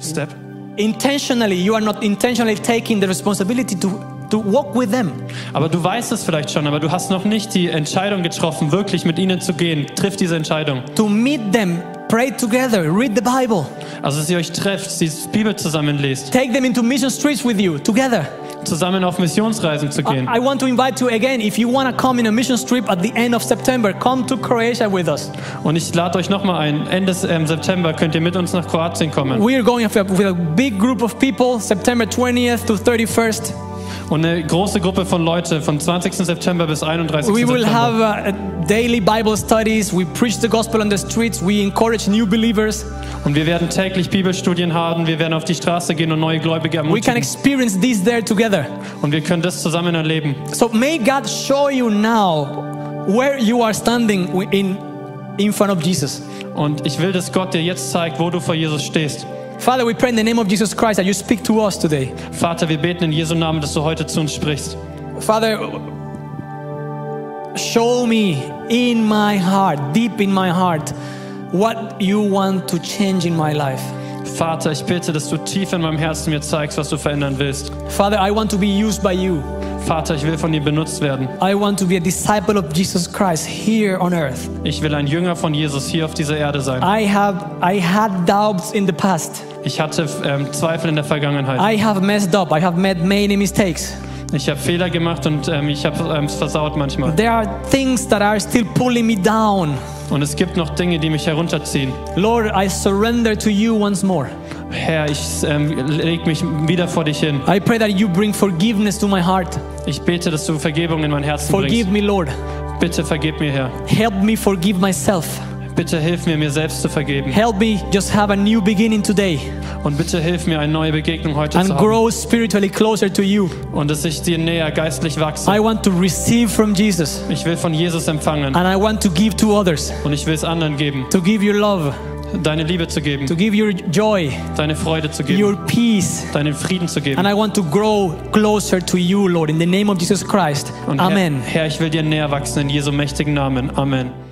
Speaker 2: Step.
Speaker 1: intentionally. You are not intentionally taking the responsibility to to walk with them.
Speaker 2: Aber du weißt es vielleicht schon, aber du hast noch nicht die Entscheidung getroffen, wirklich mit ihnen zu gehen. Triff diese Entscheidung.
Speaker 1: To meet them, pray together, read the Bible,
Speaker 2: Also, dass ihr euch trefft, die Bibel zusammen lest,
Speaker 1: take them into mission streets with you together.
Speaker 2: zusammen auf Missionsreisen zu gehen.
Speaker 1: I want to invite you again. If you want to come in a mission trip at the end of September, come to Croatia with us.
Speaker 2: Und ich lade euch nochmal ein. Ende ähm, September könnt ihr mit uns nach Kroatien kommen.
Speaker 1: We are going with a- with a big group of people, September 20th to 31st.
Speaker 2: Und eine große Gruppe von Leute vom 20. September bis 31.
Speaker 1: We will
Speaker 2: September.
Speaker 1: have uh, daily Bible studies. We preach the gospel on the streets. We encourage new believers.
Speaker 2: Und wir werden täglich Bibelstudien haben. Wir werden auf die Straße gehen und neue
Speaker 1: We
Speaker 2: Gläubige
Speaker 1: can
Speaker 2: ermutigen.
Speaker 1: experience this there together.
Speaker 2: Und wir können das zusammen erleben.
Speaker 1: So may God show you now where you are standing wi- in, in front of Jesus.
Speaker 2: Und ich will, dass Gott dir jetzt zeigt, wo du vor Jesus stehst.
Speaker 1: Father, we pray in the name of Jesus Christ that you speak to us today.
Speaker 2: Vater, wir beten in Jesu Namen, dass du heute zu uns sprichst.
Speaker 1: Father, show me in my heart, deep in my heart, what you want to change in my life.
Speaker 2: Vater, ich bitte, dass du tief in meinem Herzen mir zeigst, was du verändern willst.
Speaker 1: Father, I want to be used by you.
Speaker 2: Vater, ich will von dir benutzt werden.
Speaker 1: I want to be a disciple of Jesus Christ here on earth.
Speaker 2: Ich will ein Jünger von Jesus hier auf dieser Erde sein.
Speaker 1: I have I had doubts in the past.
Speaker 2: Ich hatte ähm, Zweifel in der Vergangenheit.
Speaker 1: I have messed up. I have made many mistakes.
Speaker 2: Ich habe Fehler gemacht und ähm, ich habe ähm, es versaut manchmal.
Speaker 1: There are things that are still pulling me down.
Speaker 2: Und es gibt noch Dinge, die mich herunterziehen.
Speaker 1: Lord, I surrender to you once more.
Speaker 2: Herr, ich ähm, leg mich wieder vor dich hin.
Speaker 1: I pray that you bring forgiveness to my heart.
Speaker 2: Ich bete, dass du Vergebung in mein Herzen
Speaker 1: Forgive
Speaker 2: bringst.
Speaker 1: me, Lord.
Speaker 2: Bitte vergib mir, Herr.
Speaker 1: Help me forgive myself.
Speaker 2: Bitte hilf mir, mir selbst zu vergeben.
Speaker 1: Help me just have a new beginning today
Speaker 2: Und bitte hilf mir, eine neue Begegnung heute
Speaker 1: and
Speaker 2: zu haben.
Speaker 1: grow spiritually closer to you.
Speaker 2: Und dass ich dir näher geistlich wachse.
Speaker 1: I want to receive from Jesus
Speaker 2: Ich will von Jesus empfangen.
Speaker 1: and I want to give to others,
Speaker 2: Und ich will es anderen geben.
Speaker 1: to give you love,
Speaker 2: Deine Liebe zu geben.
Speaker 1: to give your joy,
Speaker 2: Deine Freude zu geben.
Speaker 1: your peace.
Speaker 2: Deinen Frieden zu geben.
Speaker 1: And I want to grow closer to you, Lord, in the name of Jesus Christ.
Speaker 2: Und
Speaker 1: Amen.
Speaker 2: Herr, Herr, ich will dir näher wachsen in Jesu mächtigen Namen. Amen.